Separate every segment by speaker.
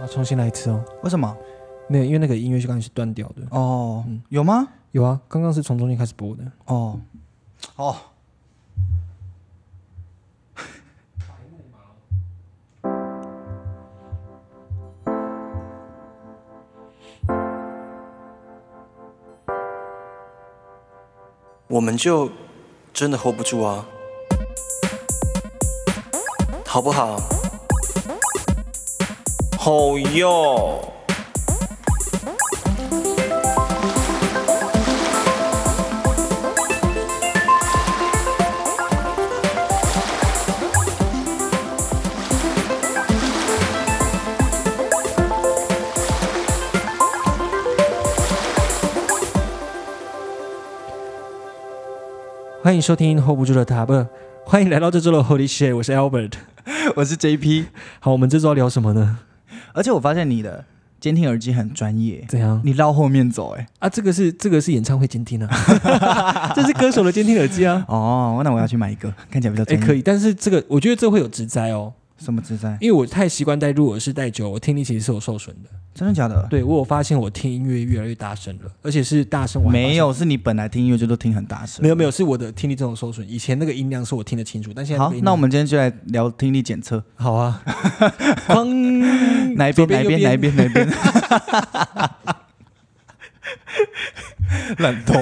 Speaker 1: 要重新来一次哦。
Speaker 2: 为什么？
Speaker 1: 那因为那个音乐就刚才是断掉的。
Speaker 2: 哦，
Speaker 1: 嗯
Speaker 2: 有吗？
Speaker 1: 有啊，刚刚是从中间开始播的。
Speaker 2: 哦，哦。
Speaker 3: 我们就真的 hold 不住啊，好不好？好哟。
Speaker 1: 欢迎收听 Hold 不住的塔不，欢迎来到这周的 Holy Shit，我是 Albert。
Speaker 2: 我是 JP，
Speaker 1: 好，我们这周要聊什么呢？
Speaker 2: 而且我发现你的监听耳机很专业，
Speaker 1: 怎样
Speaker 2: 你绕后面走哎、
Speaker 1: 啊？这个是这个是演唱会监听啊， 这是歌手的监听耳机 啊。
Speaker 2: 哦，那我要去买一个，看起来比较
Speaker 1: 哎、
Speaker 2: 专业。
Speaker 1: 可以，但是这个我觉得这会有植栽哦，
Speaker 2: 什么自在？
Speaker 1: 因为我太习惯戴入耳式戴久，我听力其实是有受损的。
Speaker 2: 真的假的？
Speaker 1: 对我有发现，我听音乐越来越大声了，而且是大声完。
Speaker 2: 没有，是你本来听音乐就都听很大声。
Speaker 1: 没有没有，是我的听力这种受损。以前那个音量是我听得清楚，但现在
Speaker 2: 好
Speaker 1: 个，音
Speaker 2: 那
Speaker 1: 量
Speaker 2: 我们今天就来聊听力检测，
Speaker 1: 好啊， 哐
Speaker 2: 哪一
Speaker 1: 左
Speaker 2: 边哪一
Speaker 1: 右
Speaker 2: 边哪一边哪一边，乱动。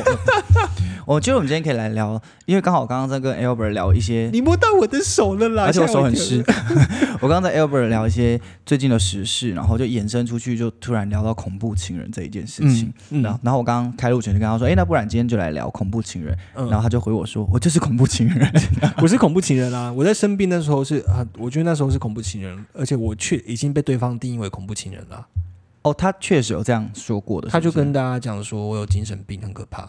Speaker 2: 我觉得我们今天可以来聊，因为刚好我刚刚在跟 Albert 聊一些，
Speaker 1: 你摸到我的手了啦，
Speaker 2: 而且我
Speaker 1: 吓
Speaker 2: 手很
Speaker 1: 一跳
Speaker 2: 湿。 我刚刚在 Albert 聊一些最近的时事，然后就衍生出去，就突然聊到恐怖情人这一件事情。
Speaker 1: 嗯
Speaker 2: 然后，然后我刚刚开录前就跟他说，哎，那不然今天就来聊恐怖情人。
Speaker 1: 嗯
Speaker 2: 然后他就回我说，我就是恐怖情人。
Speaker 1: 我是恐怖情人啊！我在生病那时候是啊，我觉得那时候是恐怖情人，而且我却已经被对方定义为恐怖情人了。
Speaker 2: 哦，他确实有这样说过的，
Speaker 1: 他就是
Speaker 2: 不是
Speaker 1: 跟大家讲说我有精神病，很可怕。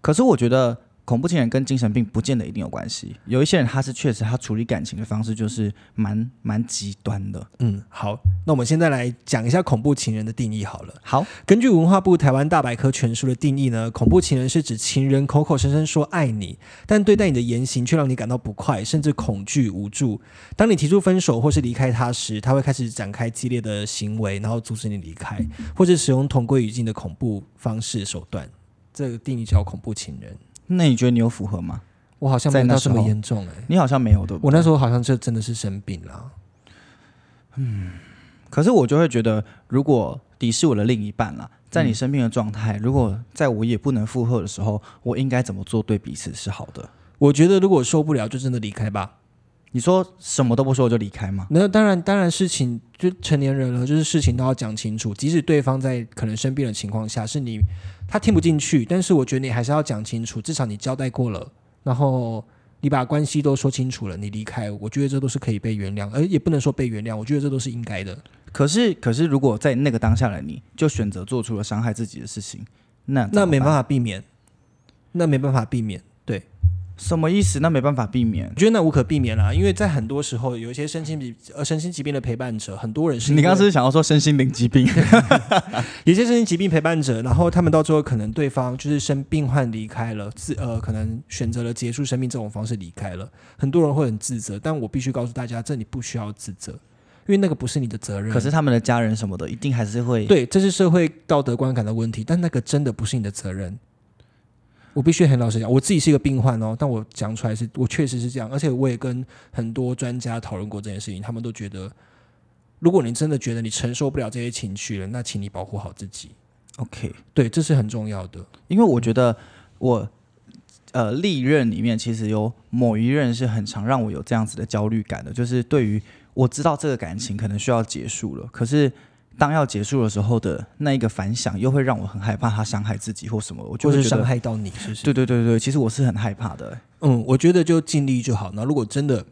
Speaker 2: 可是我觉得恐怖情人跟精神病不见得一定有关系，有一些人他是确实他处理感情的方式就是蛮蛮极端的。
Speaker 1: 嗯，好，那我们现在来讲一下恐怖情人的定义好了。
Speaker 2: 好，
Speaker 1: 根据文化部台湾大百科全书的定义呢，恐怖情人是指情人口口声声说爱你，但对待你的言行却让你感到不快，甚至恐惧无助。当你提出分手或是离开他时，他会开始展开激烈的行为，然后阻止你离开，或者使用同归于尽的恐怖方式手段。这个定义叫恐怖情人。
Speaker 2: 那你觉得你有符合吗？
Speaker 1: 我好像没有到这么
Speaker 2: 在那时候
Speaker 1: 严重哎、
Speaker 2: 你好像没有，对不对？
Speaker 1: 我那时候好像就真的是生病了。
Speaker 2: 可是我就会觉得，如果敌是我的另一半啦，在你生病的状态，如果在我也不能负荷的时候，我应该怎么做对彼此是好的？
Speaker 1: 我觉得如果受不了，就真的离开吧。
Speaker 2: 你说什么都不说我就离开吗？
Speaker 1: 那当然，当然事情就成年人了，就是事情都要讲清楚。即使对方在可能生病的情况下，是你他听不进去，但是我觉得你还是要讲清楚，至少你交代过了，然后你把关系都说清楚了，你离开，我觉得这都是可以被原谅，而也不能说被原谅，我觉得这都是应该的。
Speaker 2: 可是，可是如果在那个当下的你就选择做出了伤害自己的事情，那
Speaker 1: 那没办
Speaker 2: 法，
Speaker 1: 法避免，那没办法避免。对，
Speaker 2: 什么意思？那没办法避免
Speaker 1: 我。觉得那无可避免啦，因为在很多时候，有一些身心疾呃身心疾病的陪伴者，很多人是
Speaker 2: 你刚刚
Speaker 1: 因为
Speaker 2: 是不是想要说身心灵疾病？
Speaker 1: 有些身心疾病陪伴者，然后他们到最后可能对方就是生病患离开了，自呃可能选择了结束生命这种方式离开了，很多人会很自责，但我必须告诉大家，这你不需要自责，因为那个不是你的责任。
Speaker 2: 可是他们的家人什么的，一定还是会。
Speaker 1: 对，这是社会道德观感的问题，但那个真的不是你的责任。我必须很老实讲，我自己是一个病患哦，但我讲出来是我确实是这样，而且我也跟很多专家讨论过这件事情，他们都觉得，如果你真的觉得你承受不了这些情绪了，那请你保护好自己。
Speaker 2: ，OK，
Speaker 1: 对，这是很重要的。
Speaker 2: 因为我觉得我呃历任里面其实有某一任是很常让我有这样子的焦虑感的，就是对于我知道这个感情可能需要结束了，可是当要结束的时候的那一个反响，又会让我很害怕他伤害自己或什么，我就
Speaker 1: 或
Speaker 2: 会
Speaker 1: 是
Speaker 2: 觉
Speaker 1: 伤
Speaker 2: 得。
Speaker 1: 害到你，是不是？
Speaker 2: 对对对对，其实我是很害怕的、欸
Speaker 1: 嗯，我觉得就尽力就好。那如果真的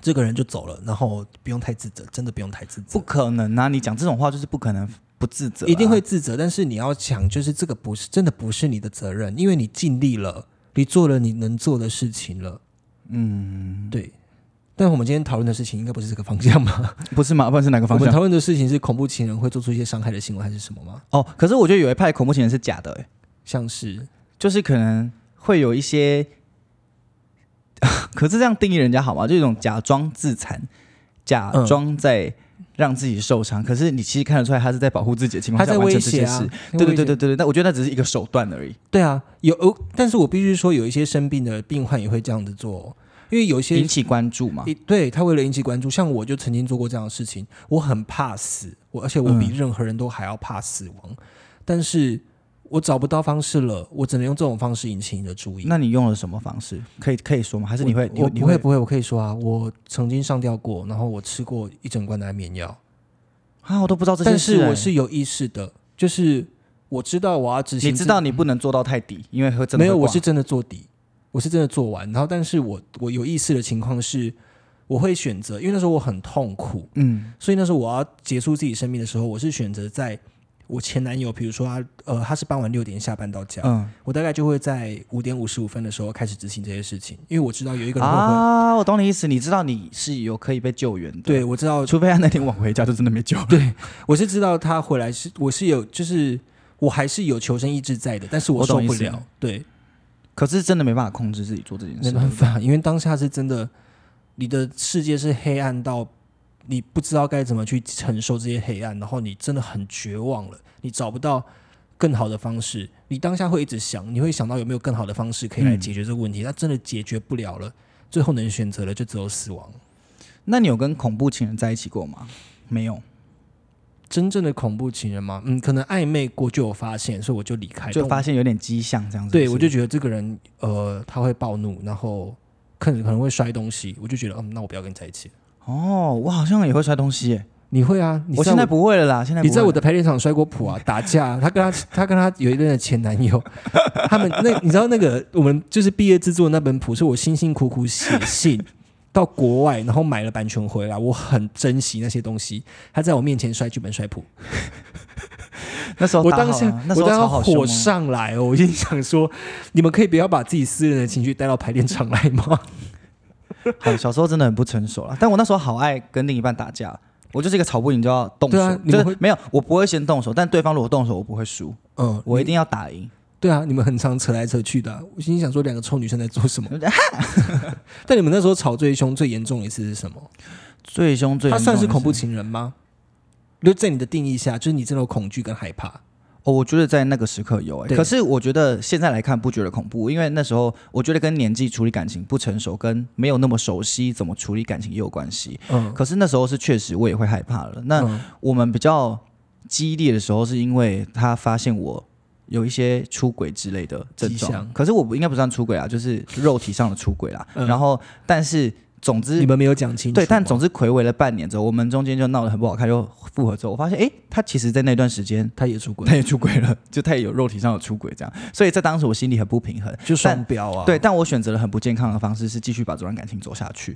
Speaker 1: 这个人就走了，然后不用太自责，真的不用太自责
Speaker 2: 不，可能啊！你讲这种话就是不可能不自责啊、
Speaker 1: 一定会自责。但是你要想，就是这个不是真的不是你的责任，因为你尽力了，你做了你能做的事情了。嗯，对。但我们今天讨论的事情应该不是这个方向吧？
Speaker 2: 不是吗？不然是哪个
Speaker 1: 我
Speaker 2: 方
Speaker 1: 们
Speaker 2: 向？
Speaker 1: 讨论的事情是恐怖情人会做出一些伤害的行为，还是什么吗？
Speaker 2: 哦，可是我觉得有一派恐怖情人是假的、欸，
Speaker 1: 像是
Speaker 2: 就是可能会有一些， 可是这样定义人家好吗？就一种假装自残，假装在让自己受伤，可是你其实看得出来他是在保护自己的情况
Speaker 1: 他
Speaker 2: 下
Speaker 1: 在
Speaker 2: 完
Speaker 1: 威
Speaker 2: 成这
Speaker 1: 胁
Speaker 2: 件
Speaker 1: 啊
Speaker 2: 事。，
Speaker 1: 在
Speaker 2: 对对
Speaker 1: 威胁
Speaker 2: 对对对对，那我觉得那只是一个手段而已。
Speaker 1: 对啊，有有，但是我必须说，有一些生病的病患也会这样子做哦，因为有一些
Speaker 2: 引起关注嘛。
Speaker 1: 一对他为了引起关注，像我就曾经做过这样的事情，我很怕死，我而且我
Speaker 2: 嗯
Speaker 1: 比任何人都还要怕死亡，但是我找不到方式了，我只能用这种方式引起你的注意。
Speaker 2: 那你用了什么方式？可以可以说吗？还是你会你
Speaker 1: 我
Speaker 2: 你
Speaker 1: 不会不会，我可以说啊，我曾经上吊过，然后我吃过一整罐的安眠药，
Speaker 2: 啊？我都不知道这件
Speaker 1: 但
Speaker 2: 事欸、
Speaker 1: 是我是有意识的，就是我知道我要执行
Speaker 2: 你
Speaker 1: 自己，
Speaker 2: 知道你不能做到太低，因为会真的
Speaker 1: 没有，
Speaker 2: 会
Speaker 1: 我
Speaker 2: 挂
Speaker 1: 是真的做底，我是真的做完。然后，但是我我有意识的情况是，我会选择，因为那时候我很痛苦，
Speaker 2: 嗯
Speaker 1: 所以那时候我要结束自己生命的时候，我是选择在我前男友，比如说他呃，他是傍晚六点下班到家，
Speaker 2: 嗯
Speaker 1: 我大概就会在五点五十五分的时候开始执行这些事情，因为我知道有一个人会回，
Speaker 2: 啊，我懂你意思，你知道你是有可以被救援的，
Speaker 1: 对，我知道，
Speaker 2: 除非他那天晚回家就真的没救了。对，
Speaker 1: 我是知道他回来是我是有就是。我还是有求生意志在的，但是
Speaker 2: 我
Speaker 1: 受
Speaker 2: 懂
Speaker 1: 不
Speaker 2: 意思
Speaker 1: 了。对，
Speaker 2: 可是真的没办法控制自己做这件
Speaker 1: 没
Speaker 2: 事，
Speaker 1: 办法，因为当下是真的，你的世界是黑暗到你不知道该怎么去承受这些黑暗，然后你真的很绝望了，你找不到更好的方式，你当下会一直想，你会想到有没有更好的方式可以
Speaker 2: 嗯
Speaker 1: 来解决这个问题，但真的解决不了了，最后能选择的就只有死亡。
Speaker 2: 那你有跟恐怖情人在一起过吗？没有，
Speaker 1: 真正的恐怖情人吗？嗯，可能暧昧过就有发现，所以我就离开，
Speaker 2: 就
Speaker 1: 但
Speaker 2: 发
Speaker 1: 我
Speaker 2: 现有点迹象这样子。
Speaker 1: 对
Speaker 2: 是
Speaker 1: 我就觉得这个人呃他会暴怒，然后可能可能会摔东西，我就觉得嗯，那我不要跟你在一起了。
Speaker 2: 哦，我好像也会摔东西耶，
Speaker 1: 你会啊？你
Speaker 2: 我
Speaker 1: 知道
Speaker 2: 现在不会了啦，现在
Speaker 1: 你在我的
Speaker 2: 的
Speaker 1: 排练场摔过谱啊，打架，他跟他 他跟他有一任的前男友， 他们那你知道那个我们就是毕业制作那本谱是我辛辛苦苦写信到国外，然后买了版权回来，我很珍惜那些东西。他在我面前摔剧本摔谱，
Speaker 2: 那时候
Speaker 1: 我
Speaker 2: 打好
Speaker 1: 当下
Speaker 2: 了那时
Speaker 1: 我
Speaker 2: 候
Speaker 1: 当
Speaker 2: 超
Speaker 1: 下
Speaker 2: 好凶
Speaker 1: 火
Speaker 2: 哦
Speaker 1: 上来哦，我心想说，你们可以不要把自己私人的情绪带到排练场来 吗？
Speaker 2: 好，小时候真的很不成熟啦，但我那时候好爱跟另一半打架，我就是一个吵不赢就要动手，
Speaker 1: 对啊你
Speaker 2: 就
Speaker 1: 们
Speaker 2: 是没有，我不会先动手，但对方如果动手，我不会输，
Speaker 1: 嗯，
Speaker 2: 我一定要打赢。
Speaker 1: 对啊，你们很常扯来扯去的啊、我心想说，两个臭女生在做 什么？但你们那时候吵最凶、最严重一次是什么？
Speaker 2: 最凶最
Speaker 1: 他
Speaker 2: 严重
Speaker 1: 算
Speaker 2: 的
Speaker 1: 是恐怖情人吗？就在你的定义下，就是你真的有恐惧跟害怕。
Speaker 2: 哦，我觉得在那个时刻有哎、
Speaker 1: 对
Speaker 2: 可是我觉得现在来看不觉得恐怖，因为那时候我觉得跟年纪处理感情不成熟，跟没有那么熟悉怎么处理感情也有关系。
Speaker 1: 嗯，
Speaker 2: 可是那时候是确实我也会害怕了。那
Speaker 1: 嗯
Speaker 2: 我们比较激烈的时候，是因为他发现我有一些出轨之类的症
Speaker 1: 迹象
Speaker 2: 状，可是我不应该不算出轨啦，啊就是肉体上的出轨啦。
Speaker 1: 嗯
Speaker 2: 然后，但是总之
Speaker 1: 你们没有讲清楚吗。
Speaker 2: 对，但总之暌违了半年之后，我们中间就闹得很不好看，又复合之后，我发现诶，他其实在那段时间
Speaker 1: 他也出轨
Speaker 2: 他，也出轨了，就他也有肉体上有出轨这样，所以在当时我心里很不平衡。
Speaker 1: 就双标啊。
Speaker 2: 对，但我选择了很不健康的方式，是继续把这段感情走下去，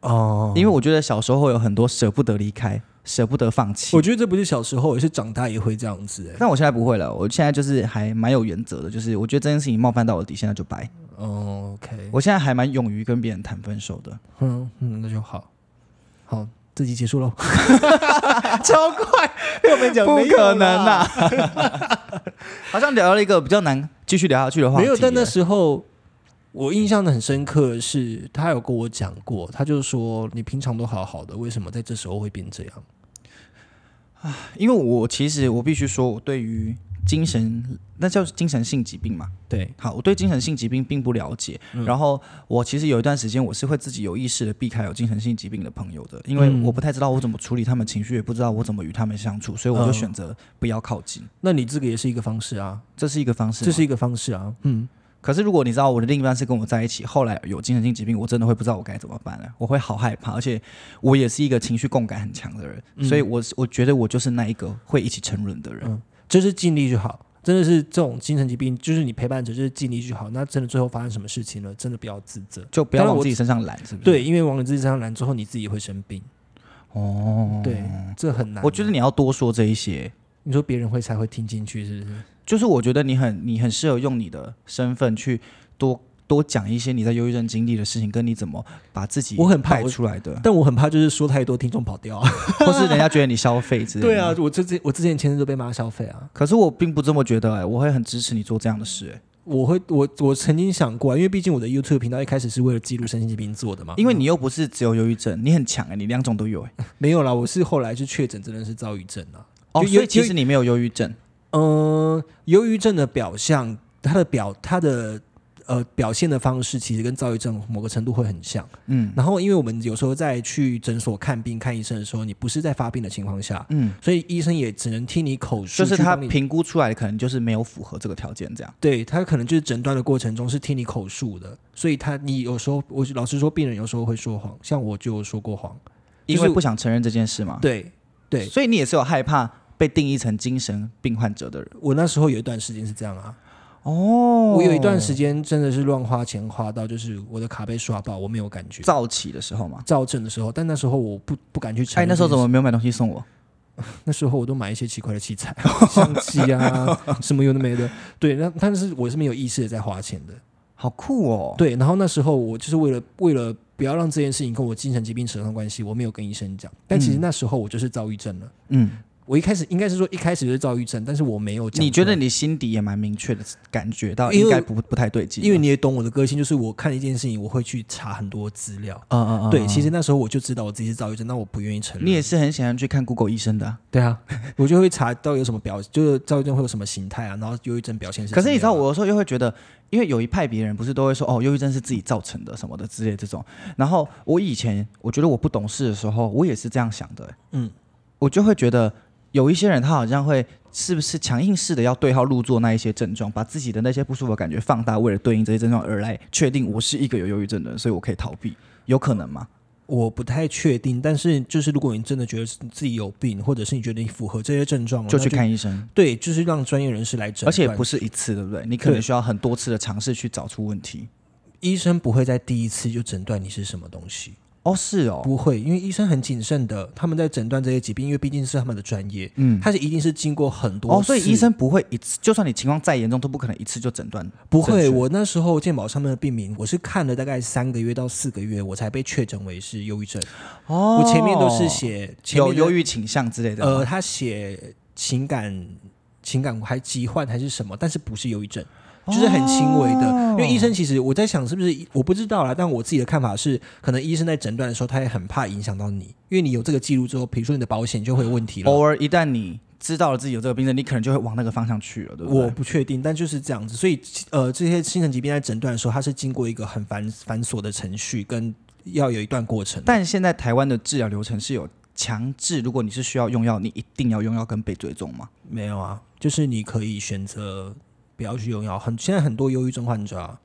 Speaker 1: 哦，
Speaker 2: 因为我觉得小时候有很多舍不得离开，舍不得放弃
Speaker 1: 我。觉得这不是小时候，也是长大也会这样子、欸。
Speaker 2: 但我现在不会了，我现在就是还蛮有原则的，就是我觉得这件事情冒犯到我的底线，那就掰。
Speaker 1: 哦，OK，
Speaker 2: 我现在还蛮勇于跟别人谈分手的，
Speaker 1: 嗯嗯，那就好。好，这集结束喽， 超快，又没讲
Speaker 2: 不
Speaker 1: 没有
Speaker 2: 可能
Speaker 1: 啦
Speaker 2: 呐、 好像聊了一个比较难继续聊下去的话题啊
Speaker 1: 没
Speaker 2: 耶，
Speaker 1: 有，但那时候我印象的很深刻的是，他有跟我讲过，他就说你平常都好好的，为什么在这时候会变这样？
Speaker 2: 因为我其实我必须说，我对于精神那叫精神性疾病嘛，
Speaker 1: 对，
Speaker 2: 好，我对精神性疾病并不了解。
Speaker 1: 嗯
Speaker 2: 然后我其实有一段时间，我是会自己有意识的避开有精神性疾病的朋友的，因为
Speaker 1: 嗯
Speaker 2: 我不太知道我怎么处理他们情绪，也不知道我怎么与他们相处，所以我就选择不要靠近。
Speaker 1: 那你这个也是一个方式啊，
Speaker 2: 这是一个方式
Speaker 1: 嗯
Speaker 2: 吗。
Speaker 1: 这是一个方式啊，嗯，
Speaker 2: 可是如果你知道我的另一半是跟我在一起，后来有精神性疾病，我真的会不知道我该怎么办了，我会好害怕，而且我也是一个情绪共感很强的人，
Speaker 1: 嗯
Speaker 2: 所以我我觉得我就是那一个会一起沉沦的人。
Speaker 1: 就是尽力就好。真的是这种精神疾病，就是你陪伴者就是尽力就好。那真的最后发生什么事情了，真的不要自责。
Speaker 2: 就不
Speaker 1: 当
Speaker 2: 要
Speaker 1: 然
Speaker 2: 往
Speaker 1: 我
Speaker 2: 自己身上揽，是不是？
Speaker 1: 对，因为往你自己身上揽之后，你自己会生病。
Speaker 2: 哦，
Speaker 1: 对，这很难啊。
Speaker 2: 我觉得你要多说这一些，
Speaker 1: 你说别人会才会听进去，是不是？
Speaker 2: 就是我觉得你很你很适合用你的身份去多多讲一些你在忧郁症经历的事情，跟你怎么把自己
Speaker 1: 我很怕
Speaker 2: 带
Speaker 1: 我
Speaker 2: 出来的，
Speaker 1: 但我很怕就是说太多，听众跑掉啊。
Speaker 2: 或是人家觉得你消费之类的。
Speaker 1: 对啊，，我之前我之前前阵子都被骂消费啊。
Speaker 2: 可是我并不这么觉得、哎，我会很支持你做这样的事、哎，
Speaker 1: 我会我我曾经想过啊，因为毕竟我的 YouTube 频道一开始是为了记录身心疾病做的嘛，
Speaker 2: 因为你又不是只有忧郁症，你很强哎、你两种都有哎、
Speaker 1: 没有啦，我是后来是确诊真的是躁郁症啊。
Speaker 2: 哦，
Speaker 1: 有有
Speaker 2: 所以其实你没有忧郁症，
Speaker 1: 嗯、忧郁症的表象，它的表它的呃表现的方式其实跟躁郁症某个程度会很像。
Speaker 2: 嗯
Speaker 1: 然后因为我们有时候在去诊所看病看医生的时候，你不是在发病的情况下，
Speaker 2: 嗯，
Speaker 1: 所以医生也只能听你口述，
Speaker 2: 就是
Speaker 1: 去
Speaker 2: 他
Speaker 1: 帮你
Speaker 2: 评估出来可能就是没有符合这个条件这样。
Speaker 1: 对他可能就是诊断的过程中是听你口述的，所以他你有时候我老实说，病人有时候会说谎，像我就说过谎，
Speaker 2: 因
Speaker 1: 就
Speaker 2: 为
Speaker 1: 是
Speaker 2: 不想承认这件事嘛。，
Speaker 1: 对对，
Speaker 2: 所以你也是有害怕被定义成精神病患者的人。
Speaker 1: 我那时候有一段时间是这样啊，
Speaker 2: 哦
Speaker 1: 我有一段时间真的是乱花钱，花到就是我的卡被刷爆，我没有感觉。
Speaker 2: 早起的时候嘛。
Speaker 1: 造证的时候，但那时候我不不敢去承
Speaker 2: 哎，
Speaker 1: 认
Speaker 2: 那时候怎
Speaker 1: 这件
Speaker 2: 么没有买东西送我？
Speaker 1: 事？那时候我都买一些奇怪的器 材，相机啊，什么有的没的。对，那但是我是没有意识的在花钱的。
Speaker 2: 好酷哦！，
Speaker 1: 对，然后那时候我就是为了为了不要让这件事情跟我精神疾病扯上关系，我没有跟医生讲。但其实
Speaker 2: 嗯
Speaker 1: 那时候我就是躁郁症了。
Speaker 2: 嗯，
Speaker 1: 我一开始应该是说一开始就是躁郁症，但是我没有讲出来。
Speaker 2: 你觉得你心底也蛮明确的，感觉到
Speaker 1: 因为
Speaker 2: 应该不不太对劲了。
Speaker 1: 因为你也懂我的个性，就是我看一件事情，我会去查很多资料。
Speaker 2: 嗯，嗯嗯嗯，
Speaker 1: 对，其实那时候我就知道我自己是躁郁症，但我不愿意承认。
Speaker 2: 你也是很喜欢去看 Google 医生的啊。
Speaker 1: 对啊，我就会查到有什么表，就是躁郁症会有什么形态啊，然后忧郁症表现是怎
Speaker 2: 可
Speaker 1: 么样啊。
Speaker 2: 是你知道，我有时候又会觉得，因为有一派别人不是都会说哦，忧郁症是自己造成的什么的之类这种。然后我以前我觉得我不懂事的时候，我也是这样想的、
Speaker 1: 嗯
Speaker 2: 嗯，我就会觉得有一些人他好像会是不是强硬式的要对号入座那一些症状，把自己的那些不舒服的感觉放大，为了对应这些症状而来确定我是一个有忧郁症的人，所以我可以逃避，有可能吗？
Speaker 1: 我不太确定，但是就是如果你真的觉得自己有病，或者是你觉得你符合这些症状了，
Speaker 2: 就
Speaker 1: 哦那
Speaker 2: 去看医生，
Speaker 1: 对，就是让专业人士来诊断。
Speaker 2: 而且不是一次，对不对？你可能
Speaker 1: 对
Speaker 2: 需要很多次的尝试去找出问题。
Speaker 1: 医生不会在第一次就诊断你是什么东西，
Speaker 2: 哦，是哦，
Speaker 1: 不会，因为医生很谨慎的，他们在诊断这些疾病，因为毕竟是他们的专业，
Speaker 2: 嗯
Speaker 1: 他是一定是经过很多
Speaker 2: 哦，所以
Speaker 1: 次
Speaker 2: 医生不会一次，就算你情况再严重，都不可能一次就诊断。
Speaker 1: 不会，
Speaker 2: 正确
Speaker 1: 我那时候健保上面的病名，我是看了大概三个月到四个月，我才被确诊为是忧郁症。
Speaker 2: 哦
Speaker 1: 我前面都是写前
Speaker 2: 有
Speaker 1: 面的
Speaker 2: 忧郁倾向之类的。
Speaker 1: 呃，
Speaker 2: 呃，
Speaker 1: 他写情感情感还疾患还是什么，但是不是忧郁症，就是很轻微的。因为医生其实我在想是不是我不知道啦，但我自己的看法是，可能医生在诊断的时候，他也很怕影响到你，因为你有这个记录之后，比如说你的保险就会有问题了。
Speaker 2: 偶尔一旦你知道了自己有这个病症，你可能就会往那个方向去了，对不对？
Speaker 1: 我不确定，但就是这样子，所以呃，这些精神疾病在诊断的时候，它是经过一个很繁繁琐的程序，跟要有一段过程的。
Speaker 2: 但现在台湾的治疗流程是有强制，如果你是需要用药，你一定要用药跟被追踪吗？
Speaker 1: 没有啊，就是你可以选择不要去用药。很现在很多忧郁症患者、啊，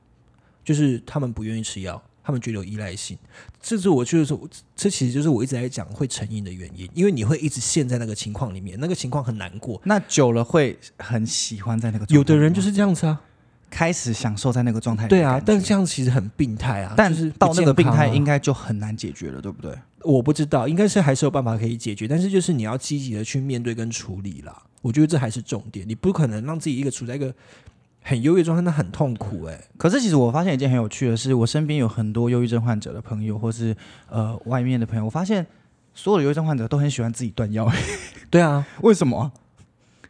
Speaker 1: 就是他们不愿意吃药，他们觉得有依赖性。这是我就是说，这其实就是我一直在讲会成瘾的原因，因为你会一直陷在那个情况里面，那个情况很难过。
Speaker 2: 那久了会很喜欢在那个状态
Speaker 1: 有的人就是是这样子啊，
Speaker 2: 开始享受在那个状态里的
Speaker 1: 对啊
Speaker 2: 感，觉。
Speaker 1: 但这样其实很病态啊。就是不
Speaker 2: 但到那个
Speaker 1: 健
Speaker 2: 病
Speaker 1: 康
Speaker 2: 态
Speaker 1: 啊
Speaker 2: 应该就很难解决了，对不对？
Speaker 1: 我不知道，应该是还是有办法可以解决，但是就是你要积极的去面对跟处理啦。我觉得这还是重点，你不可能让自己一个处在一个很优越状态，那很痛苦哎、
Speaker 2: 可是其实我发现一件很有趣的是，我身边有很多忧郁症患者的朋友，或是呃外面的朋友，我发现所有的忧郁症患者都很喜欢自己断 药，
Speaker 1: 对啊，
Speaker 2: 为什么啊？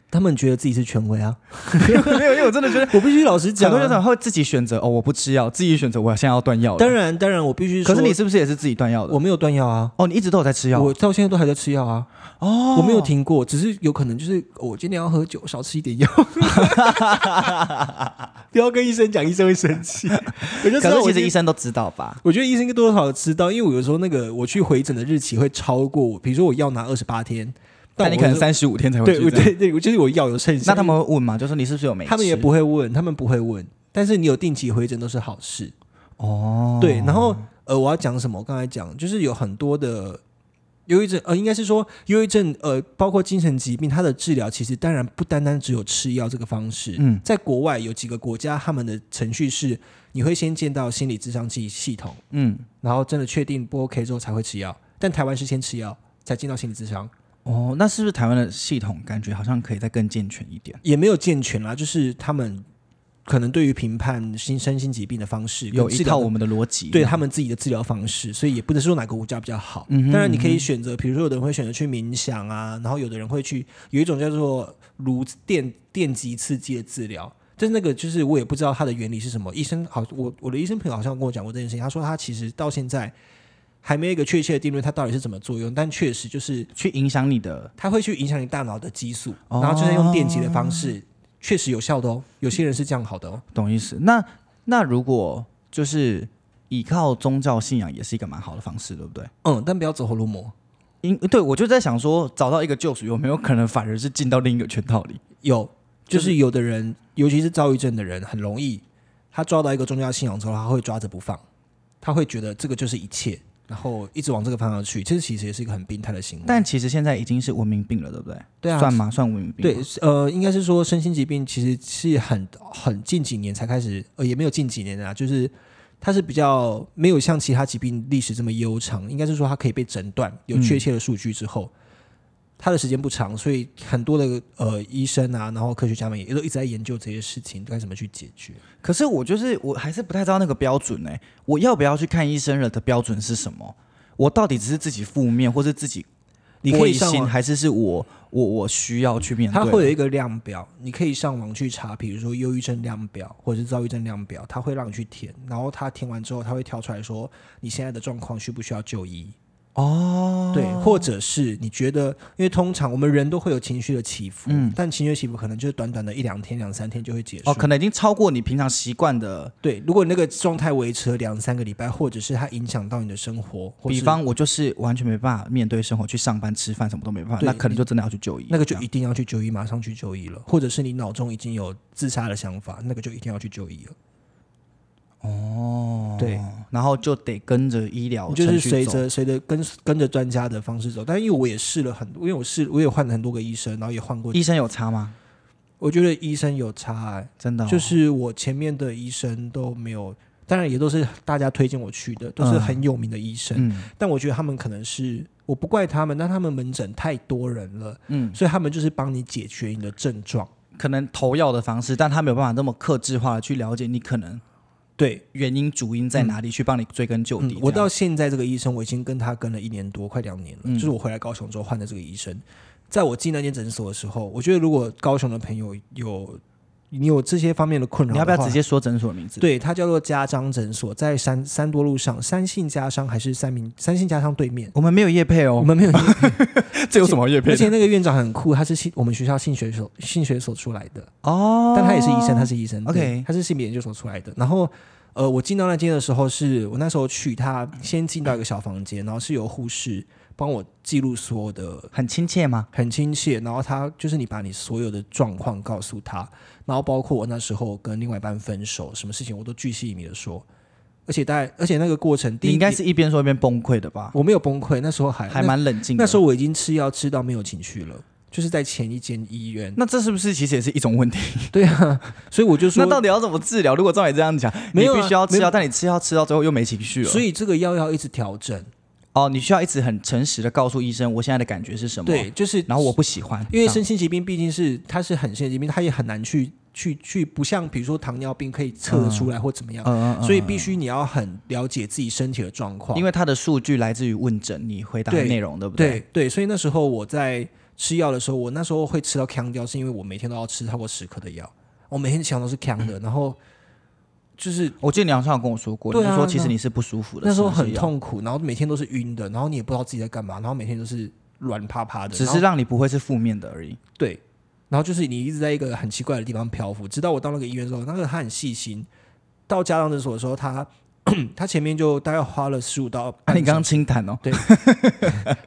Speaker 1: 他们觉得自己是权威啊，
Speaker 2: 没 有，因为我真的觉哦得
Speaker 1: 我必须老实
Speaker 2: 很
Speaker 1: 讲
Speaker 2: 多忧郁症
Speaker 1: 啊、
Speaker 2: 患者会自己选择哦，我不吃药，自己选择我现在要断药了。
Speaker 1: 当，然，当然，我必须说。
Speaker 2: 可是你是不是也是自己断药的？
Speaker 1: 我没有断药啊，
Speaker 2: 哦，你一直都有在吃药。
Speaker 1: 我到现在都还在吃药啊，
Speaker 2: 哦，
Speaker 1: 我没有停过，只是有可能就是哦我今天要喝酒，少吃一点 药。不要跟医生讲，医生会生气。我就知
Speaker 2: 可
Speaker 1: 道
Speaker 2: 是
Speaker 1: 我今
Speaker 2: 其实
Speaker 1: 天
Speaker 2: 医生都知道吧？
Speaker 1: 我觉得医生应该多多少少知道，因为我有时候那个我去回诊的日期会超过我，比如说我药拿二十八天，
Speaker 2: 但
Speaker 1: 我
Speaker 2: 你可能
Speaker 1: 是
Speaker 2: 三十五天才会
Speaker 1: 对，
Speaker 2: 去
Speaker 1: 我
Speaker 2: 这样。
Speaker 1: 对对，我就是我药有剩下，
Speaker 2: 那他们会问吗？就说你是不是有没吃？
Speaker 1: 他们也不会问，他们不会问，但是你有定期回诊都是好事，
Speaker 2: 哦。
Speaker 1: 对。然后呃，我要讲什么？我刚才讲就是有很多的。忧郁症，呃，应该是说忧郁症，呃，包括精神疾病，它的治疗其实当然不单单只有吃药这个方式。
Speaker 2: 嗯
Speaker 1: 在国外有几个国家，他们的程序是，你会先见到心理咨商系系统，
Speaker 2: 嗯，
Speaker 1: 然后真的确定不 OK 之后才会吃药。但台湾是先吃药，才进到心理咨商，
Speaker 2: 哦，那是不是台湾的系统感觉好像可以再更健全一点？
Speaker 1: 也没有健全啦，就是他们可能对于评判心身心疾病的方式跟
Speaker 2: 有一
Speaker 1: 治疗
Speaker 2: 套
Speaker 1: 的
Speaker 2: 我们的逻辑，
Speaker 1: 对他们自己的治疗方式，所以也不能说哪个国家比较好。
Speaker 2: 嗯哼
Speaker 1: 当然，你可以选择，比如说有的人会选择去冥想啊，然后有的人会去有一种叫做颅电电极刺激的治疗，但是那个就是我也不知道它的原理是什么。医生好，我我的医生朋友好像跟我讲过这件事情，他说他其实到现在还没有一个确切的定论，它到底是怎么作用，但确实就是
Speaker 2: 去影响你的
Speaker 1: 它会去影响你大脑的激素，
Speaker 2: 哦
Speaker 1: 然后就在用电击的方式，确实有效的哦。有些人是这样好的哦。
Speaker 2: 懂意思。那那如果就是依靠宗教信仰，也是一个蛮好的方式，对不对？
Speaker 1: 嗯，但不要走火入魔。
Speaker 2: 因对我就在想说，找到一个救赎有没有可能反而是进到另一个圈套里？
Speaker 1: 有，就
Speaker 2: 就是
Speaker 1: 是有的人，尤其是躁郁症的人，很容易他抓到一个宗教信仰之后，他会抓着不放，他会觉得这个就是一切，然后一直往这个方向去。这其实也是一个很病态的行为。
Speaker 2: 但其实现在已经是文明病了，对不嗯对？
Speaker 1: 对啊，
Speaker 2: 算吗？算文明病吗？
Speaker 1: 对，呃，应该是说身心疾病其实是很很近几年才开始，呃，也没有近几年啊，就是它是比较没有像其他疾病历史这么悠长，应该是说它可以被诊断，
Speaker 2: 嗯
Speaker 1: 有确切的数据之后，它的时间不长，所以很多的呃医生啊，然后科学家们也都一直在研究这些事情该怎么去解决。
Speaker 2: 可是我就是我还是不太知道那个标准哎、我要不要去看医生了的标准是什么？我到底只是自己负面，或是自己
Speaker 1: 你可
Speaker 2: 玻
Speaker 1: 以
Speaker 2: 璃
Speaker 1: 上
Speaker 2: 心，
Speaker 1: 网
Speaker 2: 还是是我我我需要去面对？啊
Speaker 1: 它会有一个量表，你可以上网去查，比如说忧郁症量表或者是躁郁症量表，它会让你去填，然后它填完之后，它会跳出来说你现在的状况需不需要就医。
Speaker 2: 哦，
Speaker 1: 对，或者是你觉得，因为通常我们人都会有情绪的起伏，
Speaker 2: 嗯
Speaker 1: 但情绪的起伏可能就是短短的一两天、两三天就会结束。
Speaker 2: 哦，可能已经超过你平常习惯的。
Speaker 1: 对，如果你那个状态维持了两三个礼拜，或者是它影响到你的生活，或
Speaker 2: 比
Speaker 1: 是
Speaker 2: 方我就是完全没办法面对生活，去上班、吃饭什么都没办法，
Speaker 1: 对
Speaker 2: 那可能就真的要去就医。
Speaker 1: 那个就
Speaker 2: 这样
Speaker 1: 一定要去就医，马上去就医了；或者是你脑中已经有自杀的想法，那个就一定要去就医了。
Speaker 2: 哦，
Speaker 1: 对，
Speaker 2: 然后就得跟着医疗
Speaker 1: 你就是
Speaker 2: 程序
Speaker 1: 随
Speaker 2: 走
Speaker 1: 着随着跟跟着专家的方式走。但因为我也试了很多，因为我试我也换了很多个医生，然后也换过，
Speaker 2: 医生有差吗？
Speaker 1: 我觉得医生有差、欸，
Speaker 2: 真的哦、
Speaker 1: 就是我前面的医生都没有，当然也都是大家推荐我去的，都是很有名的医生。
Speaker 2: 嗯
Speaker 1: 但我觉得他们可能是，我不怪他们，但他们门诊太多人了，
Speaker 2: 嗯，
Speaker 1: 所以他们就是帮你解决你的症状。
Speaker 2: 可能投药的方式，但他没有办法那么克制化的去了解你可能
Speaker 1: 对，
Speaker 2: 原因主因在哪里，去帮你追根究底
Speaker 1: 嗯
Speaker 2: 这样。
Speaker 1: 我到现在这个医生，我已经跟他跟了一年多，快两年了。
Speaker 2: 嗯
Speaker 1: 就是我回来高雄之后换的这个医生，在我进那间诊所的时候，我觉得如果高雄的朋友有你有这些方面的困扰的
Speaker 2: 你要
Speaker 1: 话，
Speaker 2: 不要直接说诊所名字？，
Speaker 1: 对，它叫做家章诊所，在三三多路上，三信家商还是三明三信家商对面。
Speaker 2: 我们没有业配
Speaker 1: 我
Speaker 2: 哦，
Speaker 1: 们 没有，
Speaker 2: 这有什么业
Speaker 1: 而
Speaker 2: 配
Speaker 1: 且
Speaker 2: 的？
Speaker 1: 那个院长很酷，他是性我们学校性学所性学所出来的，
Speaker 2: 哦，
Speaker 1: 但他也是医生，他是医生
Speaker 2: OK
Speaker 1: 对他是性别研究所出来的。然后，呃，我进到那间的时候是，我那时候去，他先进到一个小房间，然后是由护士帮我记录所有的
Speaker 2: 很亲切吗？
Speaker 1: 很亲切，然后他就是你把你所有的状况告诉他，然后包括我那时候跟另外一半分手，什么事情我都巨细靡的说，而且大概而且那个过程，第一
Speaker 2: 你应该是一边说一边崩溃的吧？
Speaker 1: 我没有崩溃，那时候还
Speaker 2: 还蛮冷静的。
Speaker 1: 那那时候我已经吃药吃到没有情绪了，就是在前一间医 院，
Speaker 2: 嗯那这是不是其实也是一种问题？
Speaker 1: 对啊，所以我就说
Speaker 2: 那，到底要怎么治疗？如果照你这样讲，
Speaker 1: 没有啊
Speaker 2: 你必须要吃
Speaker 1: 没有
Speaker 2: 药，但你吃药吃到啊最后又没情绪了。
Speaker 1: 所以这个药要一直调整，
Speaker 2: 哦，你需要一直很诚实的告诉医生我现在的感觉是什么，
Speaker 1: 对，，就是
Speaker 2: 然后我不喜欢，
Speaker 1: 因为
Speaker 2: 这样
Speaker 1: 身心疾病毕竟是它是很现疾病，它也很难去去去，不像比如说糖尿病可以测得出来或怎么样。
Speaker 2: 嗯嗯嗯哦
Speaker 1: 所以必须你要很了解自己身体的状况，
Speaker 2: 因为他的数据来自于问诊，你回答的
Speaker 1: 对
Speaker 2: 内容对不
Speaker 1: 对对，所以那时候我在吃药的时候，我那时候会吃到呛掉，是因为我每天都要吃超过十克的药，我每天吃药都是呛的，
Speaker 2: 嗯
Speaker 1: 然后就是
Speaker 2: 我记得你好像有跟我说过，
Speaker 1: 对啊
Speaker 2: 你就说其实
Speaker 1: 那
Speaker 2: 你是不舒服的，
Speaker 1: 那时候
Speaker 2: 吃了这
Speaker 1: 很
Speaker 2: 药，
Speaker 1: 痛苦，然后每天都是晕的，然后你也不知道自己在干嘛，然后每天都是软趴趴的，
Speaker 2: 只
Speaker 1: 然
Speaker 2: 是
Speaker 1: 后
Speaker 2: 让你不会是负面的而已。
Speaker 1: 对，然后就是你一直在一个很奇怪的地方漂浮，直到我到那个医院之后，那个他很细心，到家长诊所的时候，他 他前面就大概花了十五到
Speaker 2: 啊、
Speaker 1: 半
Speaker 2: 你
Speaker 1: 个小
Speaker 2: 刚刚清谈哦，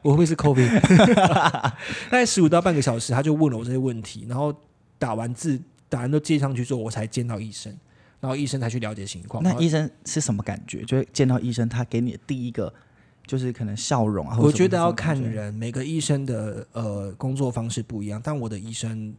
Speaker 1: 我会不会是 COVID？大概十五到半个小时，他就问了我这些问题，然后打完字，打完都接上去之后，我才见到医生，然后医生才去了解情况。
Speaker 2: 那
Speaker 1: 然后
Speaker 2: 医生是什么感觉？就是见到医生，他给你的第一个就是可能笑容啊，或
Speaker 1: 我
Speaker 2: 者什么
Speaker 1: 觉得要看
Speaker 2: 什么感觉
Speaker 1: 人，每个医生的呃工作方式不一样，但我的医生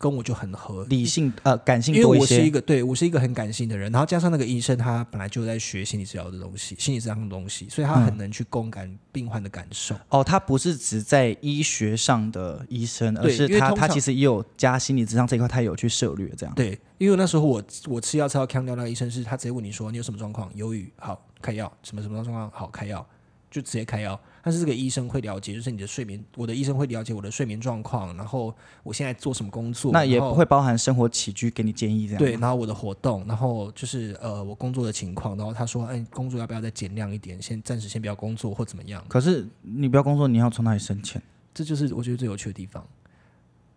Speaker 1: 跟我就很合，
Speaker 2: 理性呃感性
Speaker 1: 因为
Speaker 2: 多
Speaker 1: 我是一
Speaker 2: 些。
Speaker 1: 个对我是一个很感性的人，然后加上那个医生他本来就在学心理治疗的东西，心理治疗的东西，所以他
Speaker 2: 嗯
Speaker 1: 很能去共感病患的感受。
Speaker 2: 哦，他不是只在医学上的医生，而
Speaker 1: 对
Speaker 2: 是
Speaker 1: 因为
Speaker 2: 他
Speaker 1: 通
Speaker 2: 他
Speaker 1: 常
Speaker 2: 其实也有加心理智商这一块，他也有去涉略这样。
Speaker 1: 对，因为那时候我我吃药吃到呛掉，那个医生是他直接问你说你有什么状况，忧郁，好开药，什么什么状况，好开药，就直接开药。但是这个医生会了解，就是你的睡眠，我的医生会了解我的睡眠状况，然后我现在做什么工作，
Speaker 2: 那也
Speaker 1: 然后
Speaker 2: 不会包含生活起居给你建议这样。
Speaker 1: 对，，然后我的活动，然后就是呃我工作的情况，然后他说，哎，工作要不要再减量一点，先暂时先不要工作或怎么样，
Speaker 2: 可是你不要工作，你要从哪里生钱？
Speaker 1: 这就是我觉得最有趣的地方。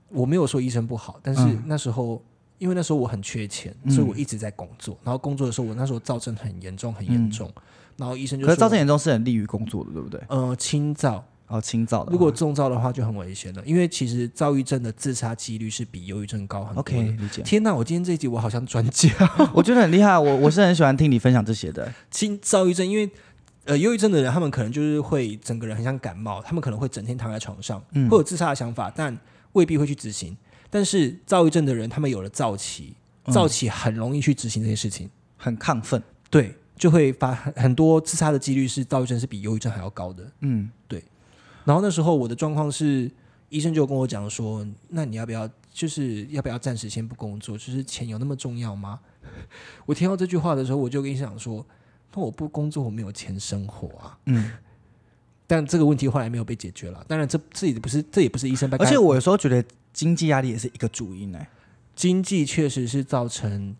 Speaker 1: 我没有说医生不好，但是
Speaker 2: 嗯
Speaker 1: 那时候、因为那时候我很缺钱，
Speaker 2: 嗯
Speaker 1: 所以我一直在工作。然后工作的时候，我那时候躁症很严重，很严重。然后医生就
Speaker 2: 嗯可是
Speaker 1: 说，
Speaker 2: 赵正严重是很利于工作的，对不对？
Speaker 1: 呃，轻躁，
Speaker 2: 哦，清早的。
Speaker 1: 如果重躁的话就很危险了，因为其实躁郁症的自杀几率是比忧郁症高很多的。
Speaker 2: OK 理解，
Speaker 1: 天哪！我今天这一集我好像专家。
Speaker 2: 我觉得很厉害，啊我我是很喜欢听你分享这些的。
Speaker 1: 轻躁郁症，因为呃，忧郁症的人，他们可能就是会整个人很像感冒，他们可能会整天躺在床上，
Speaker 2: 嗯
Speaker 1: 会有自杀的想法，但未必会去执行。但是躁郁症的人，他们有了躁期，躁期很容易去执行这些事情，
Speaker 2: 很亢奋，
Speaker 1: 对，就会发很多自杀的几率是躁郁症是比忧郁症还要高的。
Speaker 2: 嗯，
Speaker 1: 然后那时候我的状况是，医生就跟我讲说，那你要不要就是要不要暂时先不工作？就是钱有那么重要吗？ 我听到这句话的时候，我就跟医生讲说，那我不工作，我没有钱生活啊。
Speaker 2: 嗯，
Speaker 1: 但这个问题后来没有被解决了。当然这，这也不是这也不是医生在干，
Speaker 2: 而且我有时候觉得经济压力也是一个主因哎、
Speaker 1: 经济确实是造成。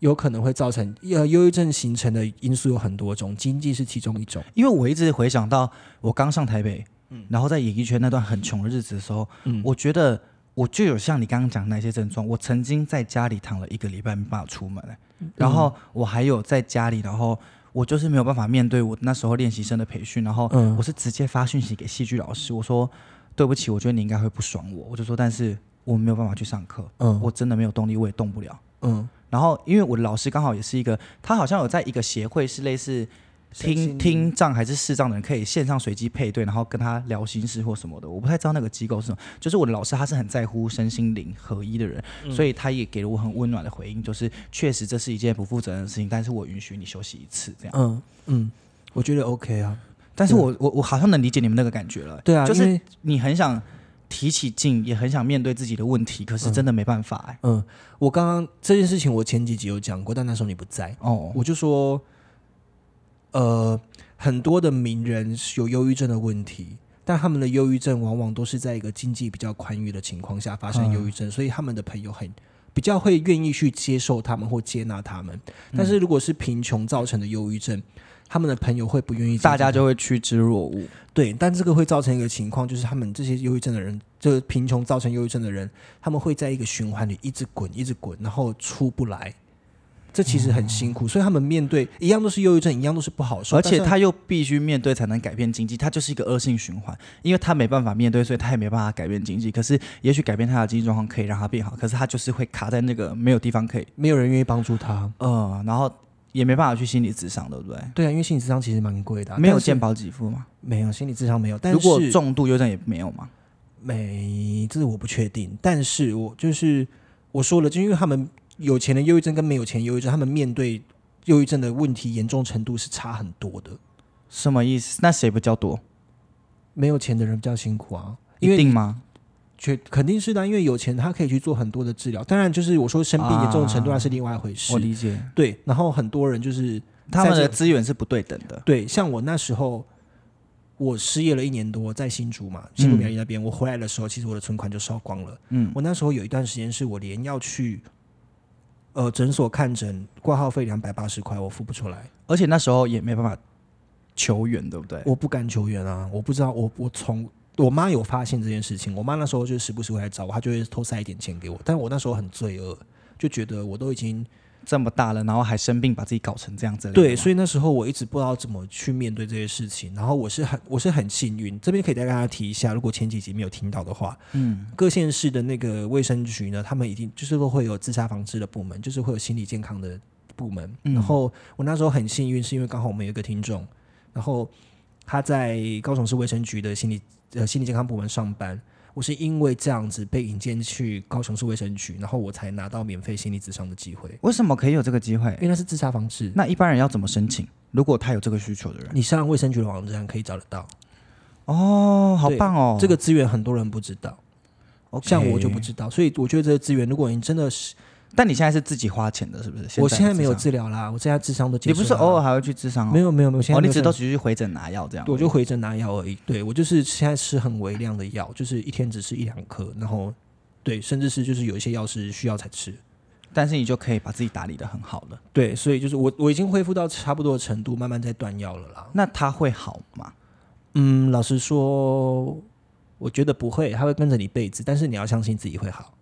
Speaker 1: 有可能会造成呃忧郁症形成的因素有很多种，经济是其中一种。
Speaker 2: 因为我一直回想到我刚上台北，然后在演艺圈那段很穷的日子的时候，
Speaker 1: 嗯
Speaker 2: 我觉得我就有像你刚刚讲的那些症状。我曾经在家里躺了一个礼拜没办法出门、欸
Speaker 1: 嗯
Speaker 2: 然后我还有在家里，然后我就是没有办法面对我那时候练习生的培训，然后
Speaker 1: 嗯
Speaker 2: 我是直接发讯息给戏剧老师，我说对不起，我觉得你应该会不爽我，我就说但是我没有办法去上课，
Speaker 1: 嗯
Speaker 2: 我真的没有动力，我也动不了。
Speaker 1: 嗯
Speaker 2: 然后因为我的老师刚好也是一个，他好像有在一个协会是类似
Speaker 1: 身心
Speaker 2: 听
Speaker 1: 灵
Speaker 2: 听障还是视障的人可以线上随机配对，然后跟他聊心事或什么的，我不太知道那个机构是什么。就是我的老师他是很在乎身心灵合一的人，
Speaker 1: 嗯
Speaker 2: 所以他也给了我很温暖的回应，就是确实这是一件不负责任的事情，但是我允许你休息一次这样。
Speaker 1: 嗯嗯，我觉得 OK 啊。
Speaker 2: 但是我我我好像能理解你们那个感觉了，
Speaker 1: 对啊，
Speaker 2: 就
Speaker 1: 因
Speaker 2: 是
Speaker 1: 为
Speaker 2: 你很想提起劲，也很想面对自己的问题，可是真的没办法哎、
Speaker 1: 嗯，我刚刚这件事情我前几集有讲过，但那时候你不在，
Speaker 2: 哦，
Speaker 1: 我就说，呃，很多的名人是有忧郁症的问题，但他们的忧郁症往往都是在一个经济比较宽裕的情况下发生忧郁症，所以他们的朋友很比较会愿意去接受他们或接纳他们。但是如果是贫穷造成的忧郁症，他们的朋友会不愿意接受他
Speaker 2: 大
Speaker 1: 们，
Speaker 2: 家就会趋之若鹜。
Speaker 1: 对，但这个会造成一个情况，就是他们这些忧郁症的人，就是贫穷造成忧郁症的人，他们会在一个循环里一直滚，一直滚，然后出不来。这其实很辛苦，所以他们面对一样都是忧郁症，一样都是不好受。
Speaker 2: 而且
Speaker 1: 但是
Speaker 2: 他又必须面对才能改变经济，他就是一个恶性循环，因为他没办法面对，所以他也没办法改变经济。可是也许改变他的经济状况可以让他变好，可是他就是会卡在那个没有地方可以，
Speaker 1: 没有人愿意帮助他。
Speaker 2: 呃，然后也没办法去心理咨商，对不对？
Speaker 1: 对啊，因为心理智商其实蛮贵的啊、
Speaker 2: 没有
Speaker 1: 但是
Speaker 2: 健保给付嘛？
Speaker 1: 没有心理智商没有，但是
Speaker 2: 如果重度忧郁症也没有嘛？
Speaker 1: 没，这是我不确定。但是我就是我说了，就因为他们有钱的忧郁症跟没有钱的忧郁症，他们面对忧郁症的问题严重程度是差很多的。
Speaker 2: 什么意思？那谁比较多？
Speaker 1: 没有钱的人比较辛苦啊，因
Speaker 2: 一
Speaker 1: 为
Speaker 2: 定吗？
Speaker 1: 确肯定是的，因为有钱他可以去做很多的治疗。当然，就是我说生病严重程度那是另外一回事。
Speaker 2: 我哦理解，
Speaker 1: 对，然后很多人就是
Speaker 2: 他们
Speaker 1: 在
Speaker 2: 的
Speaker 1: 这
Speaker 2: 资源是不对等的。
Speaker 1: 对，像我那时候我失业了一年多，在新竹嘛，新竹苗栗那边，我回来的时候，其实我的存款就烧光了。
Speaker 2: 嗯，
Speaker 1: 我那时候有一段时间是我连要去呃诊所看诊，挂号费两百八十块，我付不出来，
Speaker 2: 而且那时候也没办法求援，对不对？
Speaker 1: 我不敢求援啊，我不知道，我我从。我妈有发现这件事情，我妈那时候就时不时会来找我，她就会偷塞一点钱给我。但我那时候很罪恶，就觉得我都已经
Speaker 2: 这么大了，然后还生病，把自己搞成这样子。
Speaker 1: 对，所以那时候我一直不知道怎么去面对这些事情。然后我是很我是很幸运，这边可以再跟大家提一下，如果前几集没有听到的话，
Speaker 2: 嗯，
Speaker 1: 各县市的那个卫生局呢，他们一定就是都会有自杀防治的部门，就是会有心理健康的部门。
Speaker 2: 嗯
Speaker 1: 然后我那时候很幸运，是因为刚好我们有一个听众，然后他在高雄市卫生局的心理呃心理健康部门上班。我是因为这样子被引荐去高雄市卫生局，然后我才拿到免费心理咨商的机会，
Speaker 2: 为什么可以有这个机会
Speaker 1: 因？为那是自杀防治。
Speaker 2: 那一般人要怎么申请？如果他有这个需求的人，
Speaker 1: 你上卫生局的网站可以找得到，
Speaker 2: 哦，好棒哦！
Speaker 1: 这个资源很多人不知道，
Speaker 2: OK
Speaker 1: 像我就不知道，所以我觉得这个资源，如果你真的是
Speaker 2: 但你现在是自己花钱的，是不是？
Speaker 1: 我现在
Speaker 2: 的
Speaker 1: 没有
Speaker 2: 智商，
Speaker 1: 治疗啦，我现在智商都结
Speaker 2: 你
Speaker 1: 束
Speaker 2: 不是
Speaker 1: 了
Speaker 2: 偶尔还会去智商哦？
Speaker 1: 没有没有没有，现在
Speaker 2: 哦，
Speaker 1: 没
Speaker 2: 你
Speaker 1: 有
Speaker 2: 只
Speaker 1: 这
Speaker 2: 都
Speaker 1: 样
Speaker 2: 只是去回诊拿药这样。
Speaker 1: 我就回诊拿药而已。对我就是现在吃很微量的药，就是一天只吃一两颗，然后对，甚至是就是有一些药是需要才吃。
Speaker 2: 但是你就可以把自己打理的很好了。
Speaker 1: 对，所以就是我我已经恢复到差不多的程度，慢慢在断药了啦。
Speaker 2: 那他会好吗？
Speaker 1: 嗯，老实说，我觉得不会，它会跟着你一辈子，但是你要相信自己会好。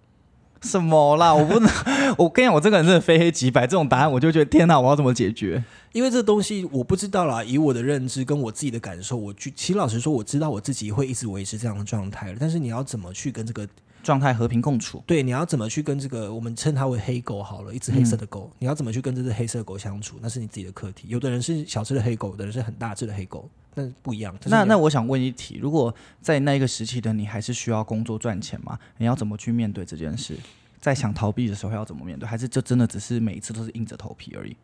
Speaker 2: 什么啦？我不能，我跟你讲，我这个人真的非黑即白，这种答案我就觉得天哪，我要怎么解决？
Speaker 1: 因为这东西我不知道啦，以我的认知跟我自己的感受，我去其实老实说，我知道我自己会一直维持这样的状态了。但是你要怎么去跟这个
Speaker 2: 状态和平共处，
Speaker 1: 对，你要怎么去跟这个我们称它为黑狗好了，一只黑
Speaker 2: 嗯
Speaker 1: 色的狗，你要怎么去跟这只黑色的狗相处，那是你自己的课题。有的人是小只的黑狗，有的人是很大只的黑狗，那是不一样。就是
Speaker 2: 那
Speaker 1: 你
Speaker 2: 那我想问一题，如果在那个时期的你还是需要工作赚钱吗？你要怎么去面对这件事？在想逃避的时候要怎么面对？还是就真的只是每一次都是硬着头皮而已？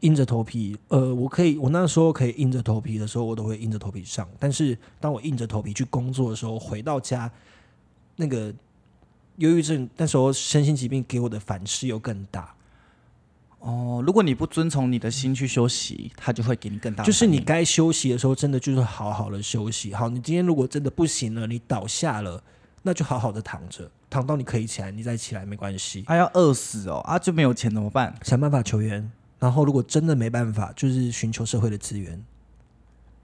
Speaker 1: 硬着头皮，呃，我可以，我那时候可以硬着头皮的时候，我都会硬着头皮上。但是当我硬着头皮去工作的时候，回到家，那个忧郁症那时候身心疾病给我的反噬又更大。
Speaker 2: 哦，如果你不遵从你的心去休息，它就会给你更大的反应。
Speaker 1: 就是你该休息的时候，真的就是好好的休息。好，你今天如果真的不行了，你倒下了，那就好好的躺着，躺到你可以起来，你再起来没关系，
Speaker 2: 啊要饿死哦啊就没有钱怎么办？
Speaker 1: 想办法求援。然后如果真的没办法，就是寻求社会的资源。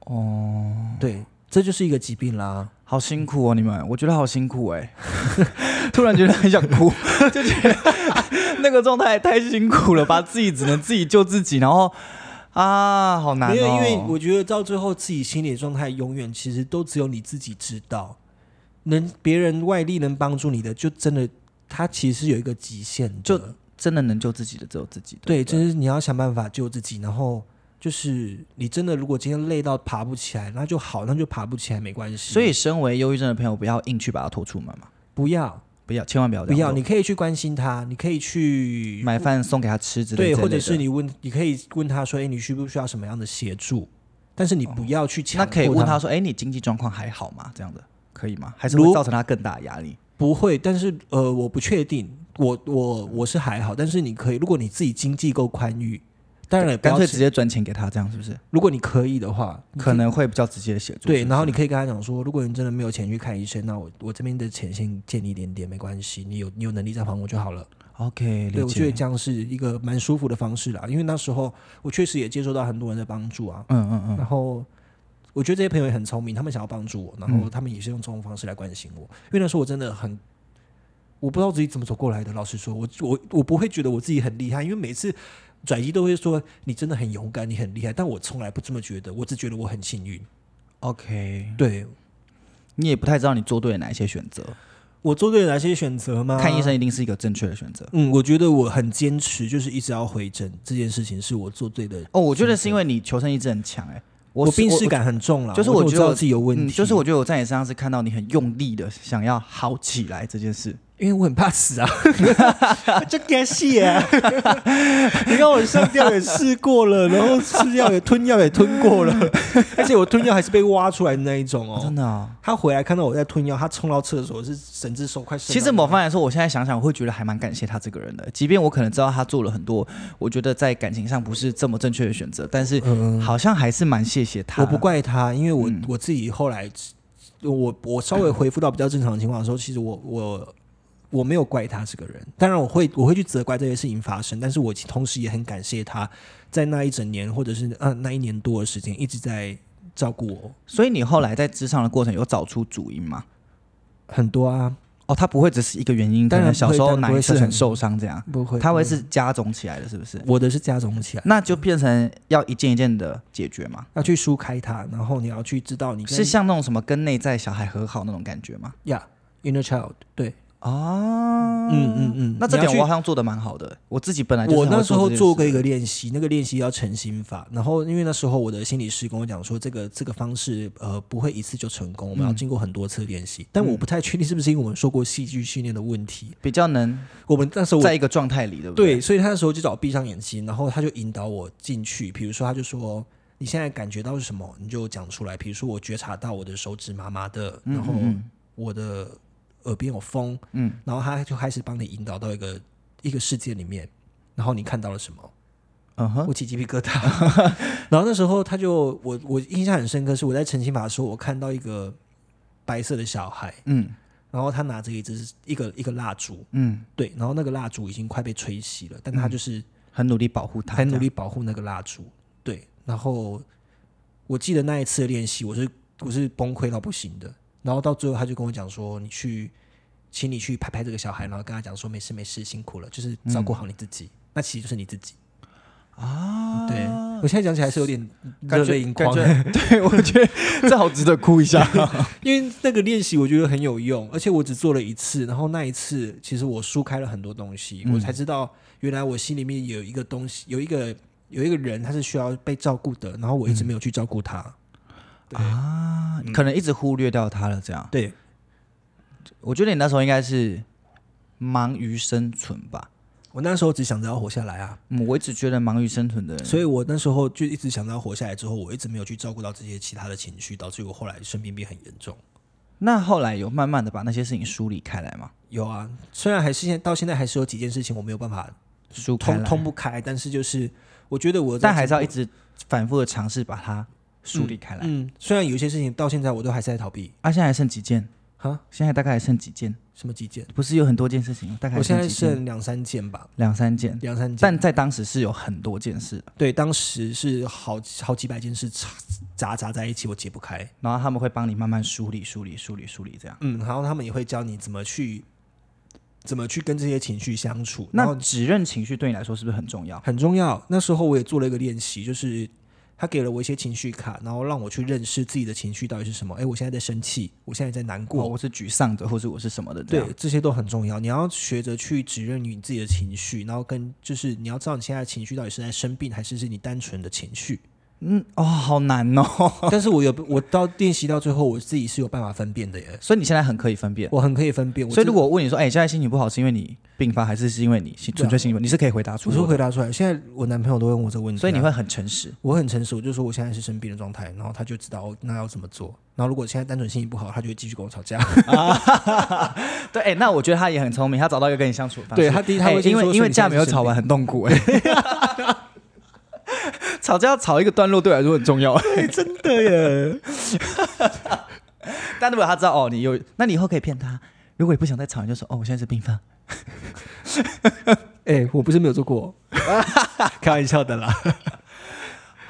Speaker 1: 哦，对，这就是一个疾病啦。
Speaker 2: 好辛苦哦，你们，我觉得好辛苦哎、 突然觉得很想哭， 就觉得那个状态太辛苦了，把自己只能自己救自己，然后啊，好难哦。
Speaker 1: 因为因为我觉得到最后自己心理状态永远其实都只有你自己知道，能别人外力能帮助你的，就真的它其实有一个极限的，
Speaker 2: 就真的能救自己的只有自己的。
Speaker 1: 对，
Speaker 2: 不
Speaker 1: 就是你要想办法救自己，然后就是你真的如果今天累到爬不起来，那就好，那就爬不起来没关系。
Speaker 2: 所以身为忧郁症的朋友，不要硬去把它拖出门嘛，
Speaker 1: 不要
Speaker 2: 不要，千万不要这
Speaker 1: 不
Speaker 2: 样
Speaker 1: 要，
Speaker 2: 做
Speaker 1: 你可以去关心他，你可以去
Speaker 2: 买饭送给他吃之类
Speaker 1: 对，
Speaker 2: 这类
Speaker 1: 或者
Speaker 2: 的
Speaker 1: 是你问，你可以问他说，哎，你需不需要什么样的协助？但是你不要去强
Speaker 2: 那可以
Speaker 1: 迫
Speaker 2: 问
Speaker 1: 他
Speaker 2: 他说：“哎、你经济状况还好吗？”这样的可以吗？还是
Speaker 1: 如
Speaker 2: 会造成他更大的压力？
Speaker 1: 不会，但是呃，我不确定，我我我是还好，但是你可以，如果你自己经济够宽裕，当然了，不
Speaker 2: 干
Speaker 1: 要
Speaker 2: 脆
Speaker 1: 吃
Speaker 2: 直接转钱给他，这样是不是？
Speaker 1: 如果你可以的话，
Speaker 2: 可能会比较直接的协助。
Speaker 1: 对，
Speaker 2: 是不
Speaker 1: 然后
Speaker 2: 是
Speaker 1: 你可以跟他讲说，如果你真的没有钱去看医生，那我我这边的钱先借你一点点，没关系，你有你有能力再还我就好了。
Speaker 2: OK，
Speaker 1: 对，
Speaker 2: 理
Speaker 1: 我觉得
Speaker 2: 解。
Speaker 1: 这样是一个蛮舒服的方式啦，因为那时候我确实也接受到很多人的帮助啊，
Speaker 2: 嗯嗯嗯。
Speaker 1: 然后。我觉得这些朋友也很聪明，他们想要帮助我，然
Speaker 2: 嗯
Speaker 1: 后他们也是用这种方式来关心我。因为那时候我真的很，我不知道自己怎么走过来的。老实说，我我我不会觉得我自己很厉害，因为每次转移都会说你真的很勇敢，你很厉害，但我从来不这么觉得，我只觉得我很幸运。
Speaker 2: OK，
Speaker 1: 对，
Speaker 2: 你也不太知道你做对了哪一些选择。
Speaker 1: 我做对了哪些选择吗？
Speaker 2: 看医。生一定是一个正确的选择。
Speaker 1: 嗯，我觉得我很坚持，就是一直要回诊这件事情是我做对的。
Speaker 2: 哦，我觉得是因为你求生意志很强哎、
Speaker 1: 我
Speaker 2: 是
Speaker 1: 病
Speaker 2: 我
Speaker 1: 视感很重了，
Speaker 2: 就是
Speaker 1: 我
Speaker 2: 我觉
Speaker 1: 知
Speaker 2: 得
Speaker 1: 道
Speaker 2: 我
Speaker 1: 自己有问题，
Speaker 2: 嗯，就是我觉得我在你身上是看到你很用力的想要好起来这件 事。
Speaker 1: 因为我很怕死啊，这该戏啊！ 你看我上吊也试 过了，然后吃药也吞药也吞过 了，而且我吞药还是被挖出来的那一种
Speaker 2: 哦 真
Speaker 1: 哦。
Speaker 2: 的、哦。
Speaker 1: 他回来看到我在吞药，他冲到厕所是神之手快伸到。
Speaker 2: 其实某方面来说，我现在想想，我会觉得还蛮感谢他这个人的。即便我可能知道他做了很多，我觉得在感情上不是这么正确的选择，但是
Speaker 1: 嗯
Speaker 2: 好像还是蛮谢谢他。
Speaker 1: 我不怪他，因为我、
Speaker 2: 嗯
Speaker 1: 我自己后来，我我稍微恢复到比较正常的情况的时候，其实我我我没有怪他这个人，当然我会我会去责怪这些事情发生，但是我同时也很感谢他在那一整年或者是嗯、呃那一年多的时间一直在照顾我
Speaker 2: 所以你后来在职场的过程有找出主因吗？
Speaker 1: 很多啊，
Speaker 2: 哦，他不会只是一个原因，
Speaker 1: 当
Speaker 2: 可
Speaker 1: 然
Speaker 2: 能小时
Speaker 1: 不会当
Speaker 2: 候
Speaker 1: 然
Speaker 2: 哪
Speaker 1: 不
Speaker 2: 一
Speaker 1: 会
Speaker 2: 次
Speaker 1: 是
Speaker 2: 很
Speaker 1: 很
Speaker 2: 受伤这样，
Speaker 1: 不会嗯
Speaker 2: 他会是加总起来的，是不是？
Speaker 1: 我的是加总起来，
Speaker 2: 那就变成要一件一件的解决嘛，
Speaker 1: 要去疏开它，然后你要去知道你跟
Speaker 2: 是像那种什么跟内在小孩和好那种感觉吗？
Speaker 1: 呀、inner child 对，
Speaker 2: 啊，
Speaker 1: 嗯嗯嗯，
Speaker 2: 那这
Speaker 1: 你要
Speaker 2: 点
Speaker 1: 去
Speaker 2: 我好像做的蛮好的，我自己本来就是
Speaker 1: 我
Speaker 2: 很会
Speaker 1: 那时候
Speaker 2: 这件
Speaker 1: 做
Speaker 2: 事
Speaker 1: 过一个练习，那个练习要诚心法。然后因为那时候我的心理师跟我讲说，这个这个方式呃不会一次就成功，我
Speaker 2: 嗯
Speaker 1: 们要经过很多次练习。但我不太确定是不是因为我们受过戏剧训练的问题，
Speaker 2: 比较能
Speaker 1: 我们那时候我
Speaker 2: 在一个状态里，对不
Speaker 1: 对，
Speaker 2: 对，
Speaker 1: 所以他那时候就找我闭上眼睛，然后他就引导我进去。比如说，他就说你现在感觉到是什么，你就讲出来。比如说，我觉察到我的手指麻麻的，然后我的耳边有风，
Speaker 2: 嗯，
Speaker 1: 然后他就开始帮你引导到一个一个世界里面，然后你看到了什么？
Speaker 2: 嗯哼，
Speaker 1: 我起鸡皮疙瘩。 然后那时候他就我我印象很深刻，是我在澄清法的时候，我看到一个白色的小孩，
Speaker 2: 嗯
Speaker 1: 然后他拿着一支一个一个蜡烛，
Speaker 2: 嗯，
Speaker 1: 对，然后那个蜡烛已经快被吹熄了，但他就是
Speaker 2: 很努力保护他，
Speaker 1: 很努力保护那个蜡烛，对。然后我记得那一次的练习，我是我是崩溃到不行的。然后到最后，他就跟我讲说：“你去，请你去拍拍这个小孩，然后跟他讲说没事没事，辛苦了，就是照
Speaker 2: 嗯
Speaker 1: 顾好你自己。那其实就是你自己。
Speaker 2: 啊，
Speaker 1: 对我现在讲起来是有点热
Speaker 2: 感觉
Speaker 1: 泪盈眶，
Speaker 2: 感觉 对我觉得这好值得哭一下。
Speaker 1: 因为那个练习我觉得很有用，而且我只做了一次，然后那一次其实我疏开了很多东西，
Speaker 2: 嗯
Speaker 1: 我才知道原来我心里面有一个东西，有一个有一个人他是需要被照顾的，然后我一直没有去照顾他。对、
Speaker 2: 啊，可能一直忽略掉他了。这样，
Speaker 1: 对，
Speaker 2: 我觉得你那时候应该是忙于生存吧。
Speaker 1: 我那时候只想着要活下来啊，
Speaker 2: 嗯，我一直觉得忙于生存的人，
Speaker 1: 所以我那时候就一直想着要活下来，之后我一直没有去照顾到这些其他的情绪，导致我后来生病变很严重。
Speaker 2: 那后来有慢慢的把那些事情梳理开来嘛，
Speaker 1: 有啊，虽然还是现到现在还是有几件事情我没有办法
Speaker 2: 梳开
Speaker 1: 通
Speaker 2: 来，
Speaker 1: 通不开，但是就是我觉得我在
Speaker 2: 但还是要一直反复的尝试把它梳理开来。
Speaker 1: 嗯，虽然有一些事情到现在我都还是在逃避
Speaker 2: 啊，现在还剩几件？
Speaker 1: 哈，
Speaker 2: 现在大概还剩几件？
Speaker 1: 什么几件？
Speaker 2: 不是有很多件事情，大概
Speaker 1: 我
Speaker 2: 还
Speaker 1: 现
Speaker 2: 剩
Speaker 1: 在
Speaker 2: 几件？
Speaker 1: 剩两三件吧，
Speaker 2: 两三件。
Speaker 1: 两三件。
Speaker 2: 但在当时是有很多件事的，
Speaker 1: 对，当时是好好几百件事杂杂杂在一起，我解不开。
Speaker 2: 然后他们会帮你慢慢梳理、梳理、梳理、梳理这样。
Speaker 1: 嗯，然后他们也会教你怎么去怎么去跟这些情绪相处，然
Speaker 2: 那
Speaker 1: 后
Speaker 2: 指认情绪对你来说是不是很重要？
Speaker 1: 很重要。那时候我也做了一个练习，就是他给了我一些情绪卡，然后让我去认识自己的情绪到底是什么。哎诶，我现在在生气，我现在在难过，
Speaker 2: 哦我是沮丧的，或是我是什么的这样
Speaker 1: 对，。这些都很重要。你要学着去指认你自己的情绪，然后跟就是你要知道你现在的情绪到底是在生病，还是是你单纯的情 绪。
Speaker 2: 嗯，哦，好难哦。
Speaker 1: 但是我有我到练习到最后，我自己是有办法分辨的耶，
Speaker 2: 所以你现在很可以分辨。
Speaker 1: 我很可以分辨。我
Speaker 2: 所以
Speaker 1: 真
Speaker 2: 如果我问你说，哎、你现在心情不好是因为你病发，还是是因为你心纯粹心情不好？你是可以回答
Speaker 1: 啊
Speaker 2: 出
Speaker 1: 我是
Speaker 2: 来
Speaker 1: 回答出来，现在我男朋友都问我这个问
Speaker 2: 的。
Speaker 1: 题啊、
Speaker 2: 所以你会很诚实。
Speaker 1: 我很诚实，我就说我现在是生病的状态，然后他就知道哦那要怎么做。然后如果现在单纯心情不好，他就会继续跟我吵架。
Speaker 2: 对，哎、那我觉得他也很聪明，他找到一个跟你相处的方式。
Speaker 1: 对他第一他会
Speaker 2: 哎
Speaker 1: 先说
Speaker 2: 因为因
Speaker 1: 所以
Speaker 2: 为
Speaker 1: 你
Speaker 2: 架
Speaker 1: 现在
Speaker 2: 没有
Speaker 1: 是
Speaker 2: 吵完很痛苦、哎，哎 吵架要吵一个段落对我来说很重要。
Speaker 1: 真的耶，
Speaker 2: 但如果他知道哦，你有，那你以后可以骗他。如果你不想再吵，你就说哦，我现在是病发。
Speaker 1: 哎、我不是没有做过， 开玩笑的啦。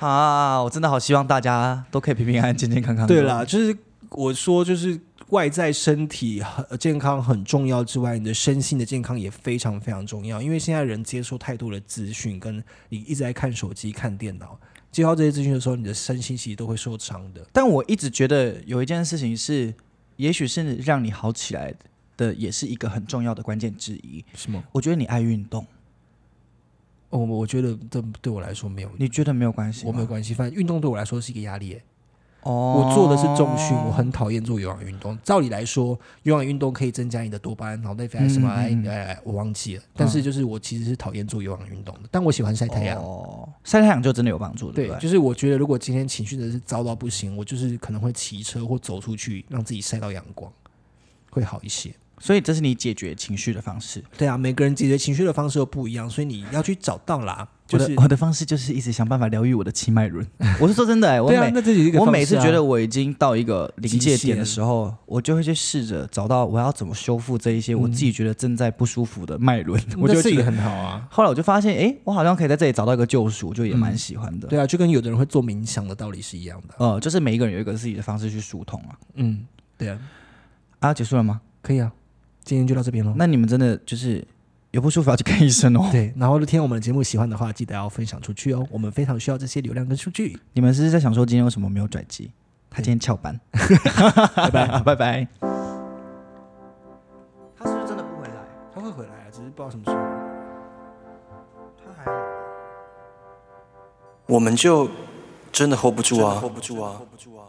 Speaker 2: 啊，我真 的好希望大家都可以平平安安、健健康康。
Speaker 1: 对，啦，就是我说，就是外在身体呃健康很重要之外，你的身心的健康也非常非常重要。因为现在人接受太多的资讯，跟你一直在看手机、看电脑，接到这些资讯的时候，你的身心其实都会受伤的。
Speaker 2: 但我一直觉得有一件事情是，也许是让你好起来的，也是一个很重要的关键之一。
Speaker 1: 什么？
Speaker 2: 我觉得你爱运动，
Speaker 1: 哦，我觉得这对我来说没有，
Speaker 2: 你觉得没有关系吗？
Speaker 1: 我没有关系。反正运动对我来说是一个压力耶。
Speaker 2: 哦，
Speaker 1: 我做的是重训，我很讨厌做有氧运动。照理来说，有氧运动可以增加你的多巴胺、脑内啡还是什么？哎、
Speaker 2: 嗯嗯嗯嗯
Speaker 1: 哎，我忘记了。但是就是我其实是讨厌做有氧运动的，但我喜欢晒太阳。
Speaker 2: 哦，晒太阳就真的有帮助，
Speaker 1: 对
Speaker 2: 不，对？
Speaker 1: 就是我觉得如果今天情绪真的是糟到不行，我就是可能会骑车或走出去，让自己晒到阳光，会好一些。
Speaker 2: 所以这是你解决情绪的方式。
Speaker 1: 对啊，每个人解决情绪的方式都不一样，所以你要去找到啦。就是
Speaker 2: 我的我的方式就是一直想办法疗愈我的气脉轮。 我是说真的、哎，我
Speaker 1: 对啊，
Speaker 2: 每、
Speaker 1: 那这就是一个
Speaker 2: 我
Speaker 1: 方
Speaker 2: 每
Speaker 1: 式
Speaker 2: 次
Speaker 1: 啊
Speaker 2: 觉得我已经到一个临界
Speaker 1: 极限
Speaker 2: 点的时候，我就会去试着找到我要怎么修复这一些我自己觉得正在不舒服的脉轮。我
Speaker 1: 那
Speaker 2: 就
Speaker 1: 这也
Speaker 2: 觉得，
Speaker 1: 很好啊。
Speaker 2: 后来我就发现，哎、我好像可以在这里找到一个救赎，我就也蛮喜欢的。
Speaker 1: 对啊，就跟有的人会做冥想的道理是一样的。
Speaker 2: 呃，就是每一个人有一个自己的方式去疏通啊。
Speaker 1: 嗯，对啊，
Speaker 2: 啊，结束了吗？
Speaker 1: 可以啊，今天就到这边喽。
Speaker 2: 那你们真的就是有不舒服要去看医生哦。
Speaker 1: 对，然后听我们的节目喜欢的话，记得要分享出去哦，我们非常需要这些流量跟数据。
Speaker 2: 你们是不是在想说今天为什么没有转机？他今天翘班， 拜拜 拜拜。他是不是真的不回来？
Speaker 1: 他会回来啊，只是不知道什么时候。
Speaker 2: 他还。
Speaker 3: 我们就真的 hold 不住啊！hold 不住啊！hold 不住啊！